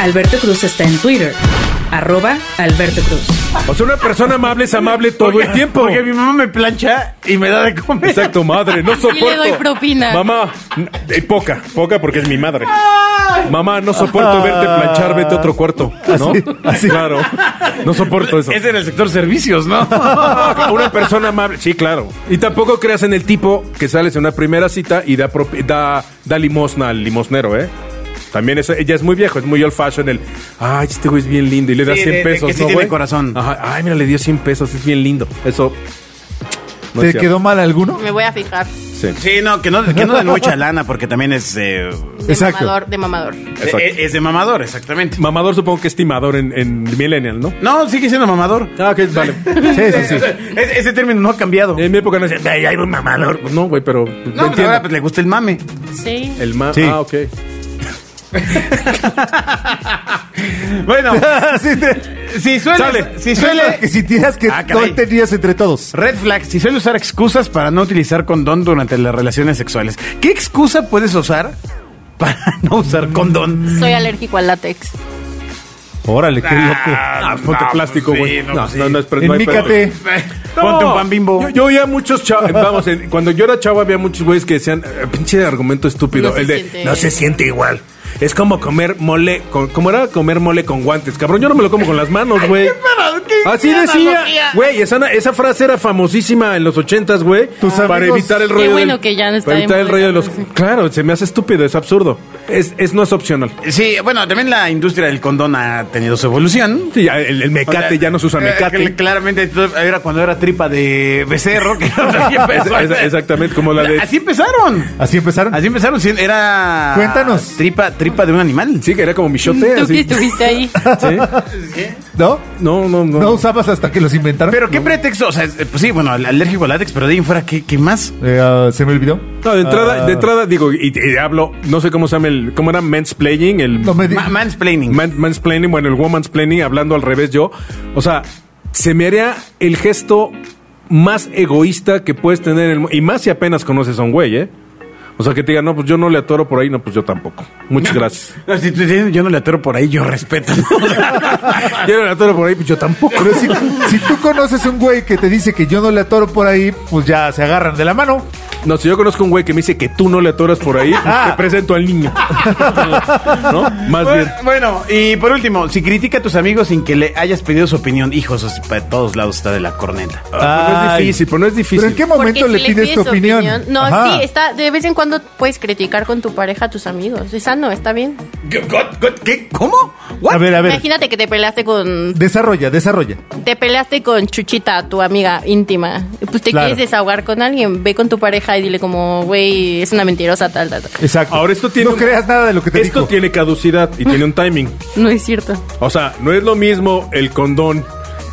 [SPEAKER 1] Alberto Cruz está en Twitter. Arroba Alberto Cruz.
[SPEAKER 3] O sea, una persona amable es amable todo
[SPEAKER 2] Porque-
[SPEAKER 3] el tiempo.
[SPEAKER 2] Porque mi mamá me plancha y me da de comer.
[SPEAKER 3] Exacto, madre, no
[SPEAKER 4] le
[SPEAKER 3] soporto.
[SPEAKER 4] doy propina.
[SPEAKER 3] Mamá, n- eh, poca, poca porque es mi madre. Mamá, no soporto verte planchar, vete a otro cuarto, ¿no?
[SPEAKER 5] Así, así.
[SPEAKER 3] Claro. No soporto eso.
[SPEAKER 2] Es en el sector servicios, ¿no?
[SPEAKER 3] Una persona amable, sí, claro. Y tampoco creas en el tipo que sales en una primera cita y da, propi- da, da limosna al limosnero, ¿eh? También eso, ella es muy viejo, es muy old fashion el, ay, este güey es bien lindo y le da
[SPEAKER 2] Sí,
[SPEAKER 3] 100
[SPEAKER 2] de- de
[SPEAKER 3] pesos,
[SPEAKER 2] que sí
[SPEAKER 3] ¿no,
[SPEAKER 2] tiene
[SPEAKER 3] güey?
[SPEAKER 2] corazón.
[SPEAKER 3] Ajá, ay, mira, le dio 100 pesos, es bien lindo. Eso no
[SPEAKER 5] ¿Te
[SPEAKER 3] es cierto.
[SPEAKER 5] quedó mal alguno?
[SPEAKER 4] Me voy a fijar.
[SPEAKER 3] Sí, dicen.
[SPEAKER 2] Sí, no, que no, que no den mucha lana porque también es, eh,
[SPEAKER 4] De
[SPEAKER 5] Exacto.
[SPEAKER 4] mamador, de mamador.
[SPEAKER 3] Exacto.
[SPEAKER 2] es, es de mamador, exactamente.
[SPEAKER 3] Mamador supongo que es timador en, en Millennial, ¿no?
[SPEAKER 2] No, sigue siendo mamador.
[SPEAKER 3] Ah, ok, vale.
[SPEAKER 5] Sí, sí, sí.
[SPEAKER 2] Es- ese término no ha cambiado.
[SPEAKER 3] En mi época no decía, "Ay, hay un mamador. Pues No, güey, pero
[SPEAKER 2] No, pues
[SPEAKER 3] Eh, entiendo.
[SPEAKER 2] ahora pues, le gusta el mame.
[SPEAKER 4] Sí.
[SPEAKER 3] El ma
[SPEAKER 5] Sí.
[SPEAKER 3] Ah, ok.
[SPEAKER 2] Bueno,
[SPEAKER 5] Así te-
[SPEAKER 2] si suele,
[SPEAKER 3] Sale.
[SPEAKER 2] si suele,
[SPEAKER 5] que si tienes que
[SPEAKER 2] Ah, caray.
[SPEAKER 5] no tenías entre todos.
[SPEAKER 2] Red flag, si suele usar excusas para no utilizar condón durante las relaciones sexuales. ¿Qué excusa puedes usar para no usar condón?
[SPEAKER 4] Eh. Soy alérgico al látex.
[SPEAKER 5] Órale, qué loco.
[SPEAKER 3] Ah, ponte
[SPEAKER 2] no,
[SPEAKER 3] plástico,
[SPEAKER 2] pues
[SPEAKER 3] güey.
[SPEAKER 2] sí, no,
[SPEAKER 3] no, no,
[SPEAKER 2] pues sí.
[SPEAKER 3] no, es- pero no hay
[SPEAKER 5] Enmícate.
[SPEAKER 3] pedo.
[SPEAKER 2] No. Ponte un pan bimbo.
[SPEAKER 3] Yo, yo oía muchos chavos. Vamos, en- cuando yo era chavo había muchos güeyes que decían, "Eh, pinche argumento estúpido.
[SPEAKER 4] No se
[SPEAKER 3] el de,
[SPEAKER 4] siente-
[SPEAKER 3] no se siente igual. Es como comer mole, con- como era comer mole con guantes, cabrón. Yo no me lo como con las manos, güey. Así decía, güey, esa, esa frase era famosísima en los ochentas, güey,
[SPEAKER 5] Tus
[SPEAKER 3] para
[SPEAKER 5] amigos-
[SPEAKER 3] evitar el
[SPEAKER 4] Qué
[SPEAKER 3] rollo
[SPEAKER 4] bueno
[SPEAKER 3] del-
[SPEAKER 4] que ya no está
[SPEAKER 3] para evitar
[SPEAKER 4] de
[SPEAKER 3] el
[SPEAKER 4] moda
[SPEAKER 3] rollo de los,
[SPEAKER 4] esa
[SPEAKER 3] claro, se me hace estúpido, es absurdo, es, es no es opcional.
[SPEAKER 2] Sí, bueno, también la industria del condón ha tenido su evolución.
[SPEAKER 3] Sí, ya, el, el mecate ya no se usa
[SPEAKER 2] Eh,
[SPEAKER 3] mecate.
[SPEAKER 2] cl- claramente todo- era cuando era tripa de becerro. que así empezó.
[SPEAKER 3] Esa- exactamente, como la de-
[SPEAKER 2] Así empezaron.
[SPEAKER 5] Así empezaron.
[SPEAKER 2] Así empezaron. sí, Era.
[SPEAKER 5] Cuéntanos.
[SPEAKER 2] Tripa, tripa de un animal.
[SPEAKER 3] Sí, que era como michote.
[SPEAKER 4] ¿Tú que
[SPEAKER 3] Así.
[SPEAKER 4] estuviste ahí?
[SPEAKER 3] Sí.
[SPEAKER 5] ¿No?
[SPEAKER 3] No, no, no.
[SPEAKER 5] ¿No usabas hasta que los inventaron?
[SPEAKER 2] Pero qué pretexto. O sea, es- pues sí, bueno, al- alérgico al látex, pero de ahí en fuera, ¿qué, qué más?
[SPEAKER 5] Eh, ah, se me olvidó.
[SPEAKER 3] No, de entrada,
[SPEAKER 5] Ah,
[SPEAKER 3] de entrada digo, y, y hablo, no sé cómo se llama el, cómo era mansplaining, el
[SPEAKER 5] No me di-
[SPEAKER 2] Ma- mansplaining.
[SPEAKER 3] man- mansplaining, bueno, el womansplaining, hablando al revés yo. O sea, se me haría el gesto más egoísta que puedes tener, en el, mu- y más si apenas conoces a un güey, ¿eh? O sea, que te diga, no, pues yo no le atoro por ahí, no, pues yo tampoco. Muchas gracias.
[SPEAKER 2] No, si tú dices, yo no le atero por ahí, yo respeto.
[SPEAKER 3] Yo no le atoro por ahí, pues yo tampoco.
[SPEAKER 5] Pero si, si tú conoces un güey que te dice que yo no le atoro por ahí, pues ya se agarran de la mano.
[SPEAKER 3] No, si yo conozco un güey que me dice que tú no le atoras por ahí, pues
[SPEAKER 5] Ah.
[SPEAKER 3] te presento al niño. ¿No? Más bien.
[SPEAKER 2] Bueno, bueno, y por último, si critica a tus amigos sin que le hayas pedido su opinión, hijos, es- para todos lados está de la corneta.
[SPEAKER 3] Pero no es
[SPEAKER 5] Ay.
[SPEAKER 3] difícil, pero no es difícil.
[SPEAKER 5] ¿Pero en qué momento
[SPEAKER 4] Porque
[SPEAKER 5] le
[SPEAKER 4] si
[SPEAKER 5] pides tu opinión?
[SPEAKER 4] No,
[SPEAKER 5] Ajá.
[SPEAKER 4] sí, está, de vez en cuando puedes criticar con tu pareja a tus amigos. Esa no, está bien.
[SPEAKER 2] ¿Qué? ¿Qué? ¿Cómo?
[SPEAKER 5] A ver, a ver.
[SPEAKER 4] Imagínate que te peleaste con
[SPEAKER 5] Desarrolla, desarrolla.
[SPEAKER 4] te peleaste con Chuchita, tu amiga íntima. Pues te
[SPEAKER 5] Claro.
[SPEAKER 4] quieres desahogar con alguien, ve con tu pareja y dile como, güey, es una mentirosa tal tal. tal.
[SPEAKER 5] Exacto.
[SPEAKER 3] Ahora esto tiene
[SPEAKER 5] No
[SPEAKER 3] un-
[SPEAKER 5] creas nada de lo que te
[SPEAKER 3] Esto
[SPEAKER 5] digo.
[SPEAKER 3] tiene caducidad y tiene un timing.
[SPEAKER 4] No es cierto.
[SPEAKER 3] O sea, no es lo mismo el condón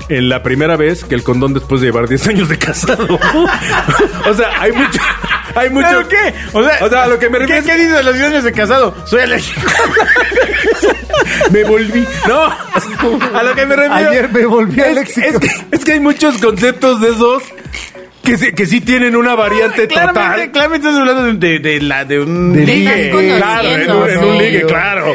[SPEAKER 3] en la primera vez que el condón después de llevar 10 años de casado. o sea, hay mucho. Hay mucho.
[SPEAKER 2] ¿Pero qué?
[SPEAKER 3] O sea, a lo que me refiero
[SPEAKER 2] ¿Qué,
[SPEAKER 3] es
[SPEAKER 2] ¿Qué dices de los 10 años de casado? Soy alérgico.
[SPEAKER 3] me volví. No, a lo que me refiero.
[SPEAKER 5] Ayer me volví
[SPEAKER 3] es,
[SPEAKER 5] aléxico.
[SPEAKER 3] es que, es que hay muchos conceptos de esos que, sí- que sí tienen una variante total.
[SPEAKER 2] Claramente, claramente estás hablando de, de la, de un...
[SPEAKER 5] De
[SPEAKER 2] ligue.
[SPEAKER 5] ligue.
[SPEAKER 4] Estás
[SPEAKER 3] Claro, en
[SPEAKER 4] conociendo,
[SPEAKER 3] un, en un
[SPEAKER 4] sí.
[SPEAKER 3] ligue, claro.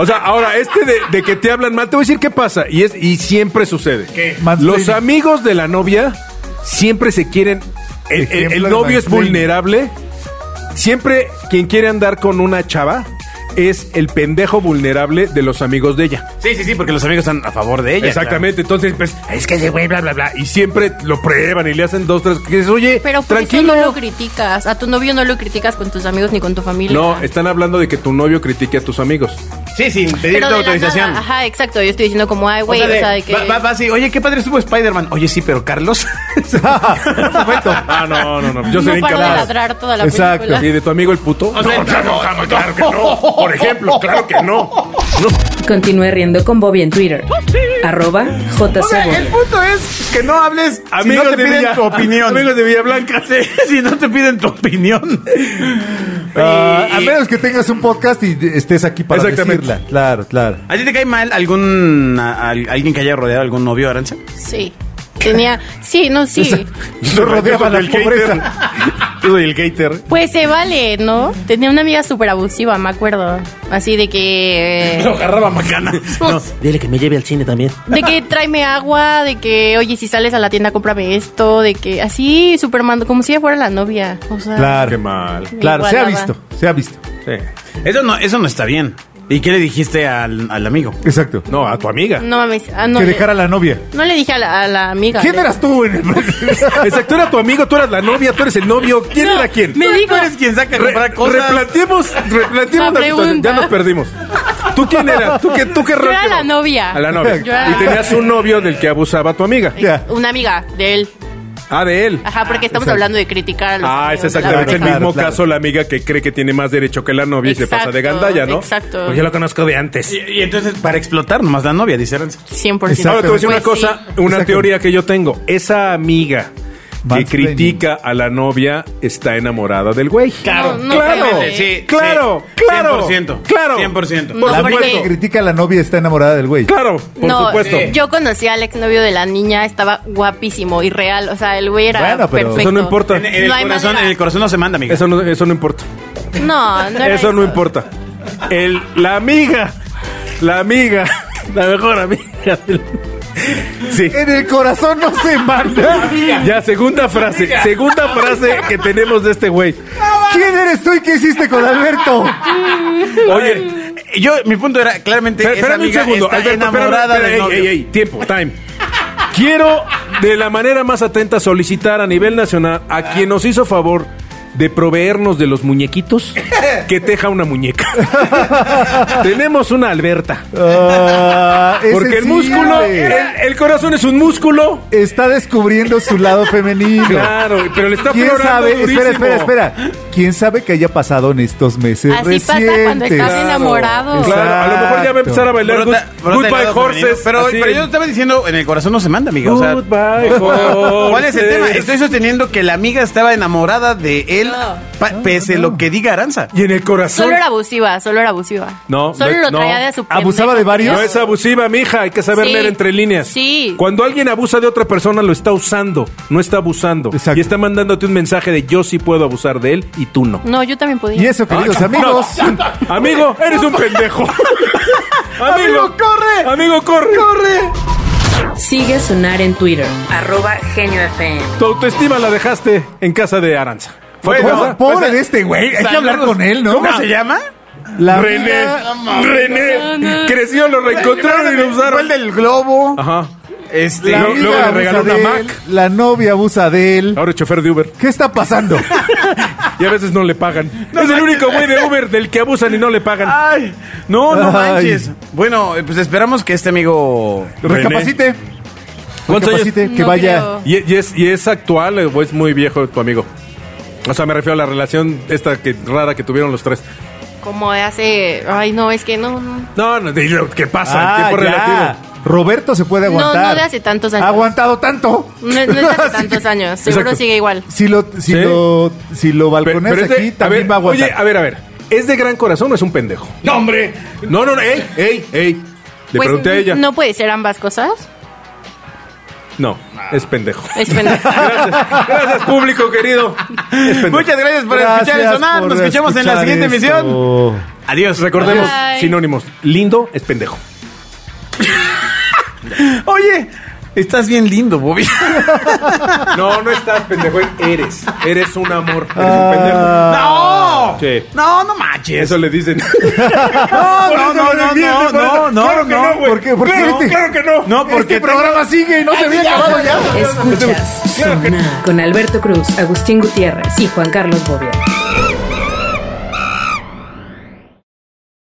[SPEAKER 3] O sea, ahora, este de, de que te hablan mal, te voy a decir qué pasa. Y, es, y siempre sucede.
[SPEAKER 5] Mansplaining.
[SPEAKER 3] Los amigos de la novia siempre se quieren. El, el- el
[SPEAKER 5] Ejemplo de
[SPEAKER 3] novio es
[SPEAKER 5] mansplaining.
[SPEAKER 3] vulnerable. Siempre quien quiere andar con una chava es el pendejo vulnerable de los amigos de ella.
[SPEAKER 2] Sí, sí, sí, porque los amigos están a favor de ella.
[SPEAKER 3] Exactamente. Entonces, pues, es que ese güey, bla, bla, bla. Y siempre lo prueban y le hacen dos, tres. Que dices, oye,
[SPEAKER 4] Pero por eso
[SPEAKER 3] tranquilo.
[SPEAKER 4] no lo criticas. A tu novio no lo criticas con tus amigos ni con tu familia.
[SPEAKER 3] No, están hablando de que tu novio critique a tus amigos.
[SPEAKER 2] claro. Sí, sin pedir
[SPEAKER 4] Pero
[SPEAKER 2] tu
[SPEAKER 4] de la
[SPEAKER 2] autorización.
[SPEAKER 4] nada. Ajá, exacto. Yo estoy diciendo como, ay, güey, o sea,
[SPEAKER 2] de-
[SPEAKER 4] de que...
[SPEAKER 2] va, va, va, sí. Oye, qué padre estuvo Spider-Man. Oye, sí, pero Carlos.
[SPEAKER 3] Ah, no, no, no. Yo
[SPEAKER 4] no
[SPEAKER 3] sería
[SPEAKER 4] paro de
[SPEAKER 3] incapaz.
[SPEAKER 4] ladrar toda la
[SPEAKER 5] Exacto.
[SPEAKER 4] película.
[SPEAKER 3] ¿Y de tu amigo el puto?
[SPEAKER 2] O sea,
[SPEAKER 3] no, claro, claro, claro que no. Por ejemplo, claro que no.
[SPEAKER 1] Continúe riendo con Bobby en Twitter. Arroba JCBobby.
[SPEAKER 2] punto es que no hables
[SPEAKER 3] Amigos de Villa- amigos
[SPEAKER 2] de Villablanca. si no te piden tu opinión.
[SPEAKER 5] Ah,
[SPEAKER 2] Y-
[SPEAKER 5] a menos que tengas un podcast y estés aquí para
[SPEAKER 3] Exactamente.
[SPEAKER 5] decirla. Claro, claro.
[SPEAKER 2] ¿A ti te cae mal algún a- al- alguien que haya rodeado algún novio, Aranza?
[SPEAKER 4] Sí. Tenía... Sí, no, sí.
[SPEAKER 5] Yo rodeaba la pobreza.
[SPEAKER 3] Yo soy el gator.
[SPEAKER 4] Pues se vale, ¿no? Tenía una amiga súper abusiva, me acuerdo. Así de que... eh,
[SPEAKER 2] agarraba macana.
[SPEAKER 4] No, dile que me lleve al cine también. De que tráeme agua, de que, oye, si sales a la tienda, cómprame esto, de que así, Superman, como si ella fuera la novia. O sea,
[SPEAKER 5] Claro.
[SPEAKER 3] Qué mal.
[SPEAKER 5] Claro, se ha
[SPEAKER 4] Igualaba.
[SPEAKER 5] visto, se ha visto.
[SPEAKER 2] Eso no, eso no está bien. ¿Y qué le dijiste al, al amigo?
[SPEAKER 5] Exacto.
[SPEAKER 3] No, a tu amiga.
[SPEAKER 4] no mames. ah, no,
[SPEAKER 5] que
[SPEAKER 4] le,
[SPEAKER 5] dejara a la novia.
[SPEAKER 4] no le dije a la, a la amiga.
[SPEAKER 5] ¿Quién
[SPEAKER 4] le-
[SPEAKER 5] eras tú en el
[SPEAKER 3] Exacto, era tu amigo, tú eras la novia, tú eres el novio. ¿Quién
[SPEAKER 4] No,
[SPEAKER 3] era quién?
[SPEAKER 4] Me dijo,
[SPEAKER 2] quien saca
[SPEAKER 3] Re- replanteemos replanteemos
[SPEAKER 4] La
[SPEAKER 3] la, situación.
[SPEAKER 4] pregunta.
[SPEAKER 3] Ya nos perdimos. ¿Tú quién eras? ¿Tú qué, tú qué
[SPEAKER 4] yo
[SPEAKER 3] rol
[SPEAKER 4] era
[SPEAKER 3] llevabas?
[SPEAKER 4] la novia.
[SPEAKER 3] A la novia.
[SPEAKER 5] Yo era
[SPEAKER 4] la
[SPEAKER 3] Y tenías un novio del que abusaba tu amiga.
[SPEAKER 5] Ya.
[SPEAKER 4] Una amiga de él.
[SPEAKER 3] Ah, de él.
[SPEAKER 4] Ajá, porque estamos
[SPEAKER 5] exacto.
[SPEAKER 4] hablando de criticar a los
[SPEAKER 3] Ah, es
[SPEAKER 4] amigos, la
[SPEAKER 3] exactamente el
[SPEAKER 4] pareja.
[SPEAKER 5] Claro,
[SPEAKER 3] mismo
[SPEAKER 5] claro.
[SPEAKER 3] caso la amiga que cree que tiene más derecho que la novia y se pasa de
[SPEAKER 4] Exacto,
[SPEAKER 3] gandalla, ¿no?
[SPEAKER 4] exacto.
[SPEAKER 3] Pues yo lo conozco de antes.
[SPEAKER 2] Y, y entonces, para explotar, nomás la novia, dice Aranza.
[SPEAKER 4] 100%.
[SPEAKER 3] Ahora te voy a decir una
[SPEAKER 4] Pues sí.
[SPEAKER 3] cosa, una
[SPEAKER 5] Exacto.
[SPEAKER 3] teoría que yo tengo. Esa amiga que
[SPEAKER 5] Mansplaining.
[SPEAKER 3] critica a la novia está enamorada del güey.
[SPEAKER 4] Claro, No, no
[SPEAKER 3] claro,
[SPEAKER 4] creo.
[SPEAKER 2] sí,
[SPEAKER 3] claro,
[SPEAKER 2] sí,
[SPEAKER 3] claro,
[SPEAKER 2] 100%,
[SPEAKER 3] claro,
[SPEAKER 2] 100%.
[SPEAKER 4] No,
[SPEAKER 5] La amiga
[SPEAKER 4] porque-
[SPEAKER 5] que critica a la novia está enamorada del güey.
[SPEAKER 3] claro, por
[SPEAKER 4] no, eh,
[SPEAKER 3] supuesto.
[SPEAKER 4] sí. yo conocí al exnovio de la niña, estaba guapísimo y real. O sea, el güey era
[SPEAKER 5] Bueno, pero-
[SPEAKER 4] perfecto.
[SPEAKER 3] Eso no importa.
[SPEAKER 2] En, en el
[SPEAKER 4] No hay
[SPEAKER 2] corazón,
[SPEAKER 4] manera.
[SPEAKER 2] en el corazón no se manda, amiga.
[SPEAKER 3] Eso no, eso no importa.
[SPEAKER 4] No, no era
[SPEAKER 3] Eso no importa. El, la amiga, la amiga, la mejor amiga. del- Sí.
[SPEAKER 5] En el corazón no se manda.
[SPEAKER 3] Ya, segunda frase. Segunda frase que tenemos de este güey.
[SPEAKER 5] ¿Quién eres tú y qué hiciste con Alberto?
[SPEAKER 3] Oye,
[SPEAKER 2] Yo, mi punto era, claramente,
[SPEAKER 3] Espera-
[SPEAKER 2] esa
[SPEAKER 3] Espérame un
[SPEAKER 2] amiga
[SPEAKER 3] segundo,
[SPEAKER 2] está
[SPEAKER 3] Alberto, espérame,
[SPEAKER 2] enamorada
[SPEAKER 3] espérame,
[SPEAKER 2] del novio.
[SPEAKER 3] ey, ey, ey, tiempo, time. Quiero de la manera más atenta solicitar a nivel nacional a quien nos hizo favor de proveernos de los muñequitos que teja una muñeca. Tenemos una Alberta.
[SPEAKER 5] Ah, ese
[SPEAKER 3] Porque el
[SPEAKER 5] sí,
[SPEAKER 3] músculo,
[SPEAKER 5] güey.
[SPEAKER 3] el, el corazón es un músculo.
[SPEAKER 5] está descubriendo su lado femenino.
[SPEAKER 3] Claro, pero le está
[SPEAKER 5] ¿Quién
[SPEAKER 3] aflorando
[SPEAKER 5] sabe?
[SPEAKER 3] durísimo.
[SPEAKER 5] Espera, espera, espera. ¿Quién sabe que haya pasado en estos meses
[SPEAKER 4] Así
[SPEAKER 5] recientes?
[SPEAKER 4] pasa cuando estás enamorado.
[SPEAKER 5] Exacto.
[SPEAKER 3] Claro, a lo mejor ya va a empezar a bailar
[SPEAKER 2] Brota-
[SPEAKER 3] good-
[SPEAKER 2] brota el
[SPEAKER 3] Goodbye
[SPEAKER 2] lado
[SPEAKER 3] Horses.
[SPEAKER 2] femenino. Pero,
[SPEAKER 3] así.
[SPEAKER 2] pero yo estaba diciendo, en el corazón no se manda, amiga. O sea,
[SPEAKER 3] Goodbye
[SPEAKER 2] ¿Cuál es el
[SPEAKER 3] Horses.
[SPEAKER 2] tema? Estoy sosteniendo que la amiga estaba enamorada de él,
[SPEAKER 4] No.
[SPEAKER 2] pa- pese lo que diga Aranza.
[SPEAKER 3] Y en el corazón.
[SPEAKER 4] Solo era abusiva, solo era abusiva.
[SPEAKER 3] No,
[SPEAKER 4] solo
[SPEAKER 3] no-
[SPEAKER 4] lo traía
[SPEAKER 3] no.
[SPEAKER 4] de su pendejo
[SPEAKER 5] ¿Abusaba de varios?
[SPEAKER 3] No
[SPEAKER 4] tío.
[SPEAKER 3] es abusiva, mija, hay que saber
[SPEAKER 4] Sí.
[SPEAKER 3] leer entre líneas.
[SPEAKER 4] Sí.
[SPEAKER 3] Cuando alguien abusa de otra persona, lo está usando, no está abusando.
[SPEAKER 5] Exacto.
[SPEAKER 3] Y está mandándote un mensaje de yo sí puedo abusar de él y tú no.
[SPEAKER 4] No, yo también podía.
[SPEAKER 5] Y eso, queridos amigos.
[SPEAKER 3] Amigo, eres un pendejo.
[SPEAKER 5] Amigo, corre.
[SPEAKER 3] Amigo, corre.
[SPEAKER 1] Sigue a Sonar en Twitter, arroba Genio FM.
[SPEAKER 3] Tu autoestima la dejaste en casa de Aranza. ¿Fue a tu
[SPEAKER 5] Bueno,
[SPEAKER 3] casa?
[SPEAKER 5] pobre de este güey. Hay que hablar con él, ¿no?
[SPEAKER 2] ¿Cómo se llama?
[SPEAKER 5] La
[SPEAKER 3] René.
[SPEAKER 5] amiga-
[SPEAKER 3] René. Creció, lo reencontraron y lo
[SPEAKER 2] Fue el
[SPEAKER 3] usaron.
[SPEAKER 2] del globo.
[SPEAKER 3] Ajá.
[SPEAKER 2] Este,
[SPEAKER 5] La
[SPEAKER 3] Luego-
[SPEAKER 5] amiga
[SPEAKER 3] luego le
[SPEAKER 5] abusa
[SPEAKER 3] regaló una
[SPEAKER 5] de
[SPEAKER 3] Mac.
[SPEAKER 5] él, La novia abusa de él.
[SPEAKER 3] Ahora es chofer de Uber.
[SPEAKER 5] ¿Qué está pasando?
[SPEAKER 3] Y a veces no le pagan. es el único güey de Uber del que abusan y no le pagan.
[SPEAKER 2] Ay, Ah, no, no
[SPEAKER 5] Ay.
[SPEAKER 2] manches. Bueno, eh, pues esperamos que este amigo
[SPEAKER 3] René.
[SPEAKER 5] Recapacite.
[SPEAKER 3] ¿Cuántos años?
[SPEAKER 5] Recapacite, que
[SPEAKER 4] No
[SPEAKER 5] vaya.
[SPEAKER 4] creo.
[SPEAKER 3] ¿Y, y es, ¿Y es actual o es muy viejo tu amigo? O sea, me refiero a la relación esta que rara que tuvieron los tres.
[SPEAKER 4] Como de hace. Ay, no, es que no. no.
[SPEAKER 3] No, no, de lo que pasa,
[SPEAKER 5] Ah,
[SPEAKER 3] el tiempo
[SPEAKER 5] ya.
[SPEAKER 3] relativo.
[SPEAKER 5] Roberto se puede
[SPEAKER 4] No, no
[SPEAKER 5] aguantar.
[SPEAKER 4] de hace tantos años.
[SPEAKER 5] Ha aguantado tanto.
[SPEAKER 4] No, no es de hace
[SPEAKER 5] Así
[SPEAKER 4] tantos
[SPEAKER 5] que-
[SPEAKER 4] años. Seguro
[SPEAKER 3] Exacto.
[SPEAKER 4] sigue igual.
[SPEAKER 5] Si lo, si
[SPEAKER 3] Sí.
[SPEAKER 5] lo, si lo
[SPEAKER 3] Pero-
[SPEAKER 5] balcones
[SPEAKER 3] pero es de-
[SPEAKER 5] aquí,
[SPEAKER 3] a
[SPEAKER 5] también
[SPEAKER 3] ver,
[SPEAKER 5] va a aguantar.
[SPEAKER 3] Oye, a ver, a ver. ¿Es de gran corazón o es un pendejo? ¡No, hombre! No, no, no, ey, ey, ey. Le
[SPEAKER 4] Pues,
[SPEAKER 3] pregunté a ella. No.
[SPEAKER 4] No puede ser ambas cosas.
[SPEAKER 3] es pendejo.
[SPEAKER 4] Es pendejo.
[SPEAKER 3] Gracias, gracias, público querido. Es pendejo.
[SPEAKER 2] Muchas gracias por escuchar el
[SPEAKER 5] Gracias
[SPEAKER 2] sonar.
[SPEAKER 5] por
[SPEAKER 2] Nos escuchamos en la
[SPEAKER 5] escuchar
[SPEAKER 2] siguiente
[SPEAKER 5] esto.
[SPEAKER 2] emisión. Adiós.
[SPEAKER 3] Recordemos
[SPEAKER 4] Bye.
[SPEAKER 3] sinónimos. Lindo es pendejo.
[SPEAKER 2] Oye, estás bien lindo, Bobby.
[SPEAKER 3] No, no estás pendejo, eres. Eres un amor. Eres un pendejo.
[SPEAKER 5] Ah,
[SPEAKER 2] ¡No!
[SPEAKER 3] Sí.
[SPEAKER 2] No, no manches.
[SPEAKER 3] Eso le dicen.
[SPEAKER 2] No, no, no, no, no, no, no,
[SPEAKER 5] Claro que no, güey. ¿Por qué? ¿Por qué? Este-
[SPEAKER 3] que no.
[SPEAKER 2] No, porque
[SPEAKER 5] este programa sigue y no se había acabado ya.
[SPEAKER 1] Escuchas Sonar con Alberto Cruz, Agustín Gutiérrez y Juan Carlos Bobia.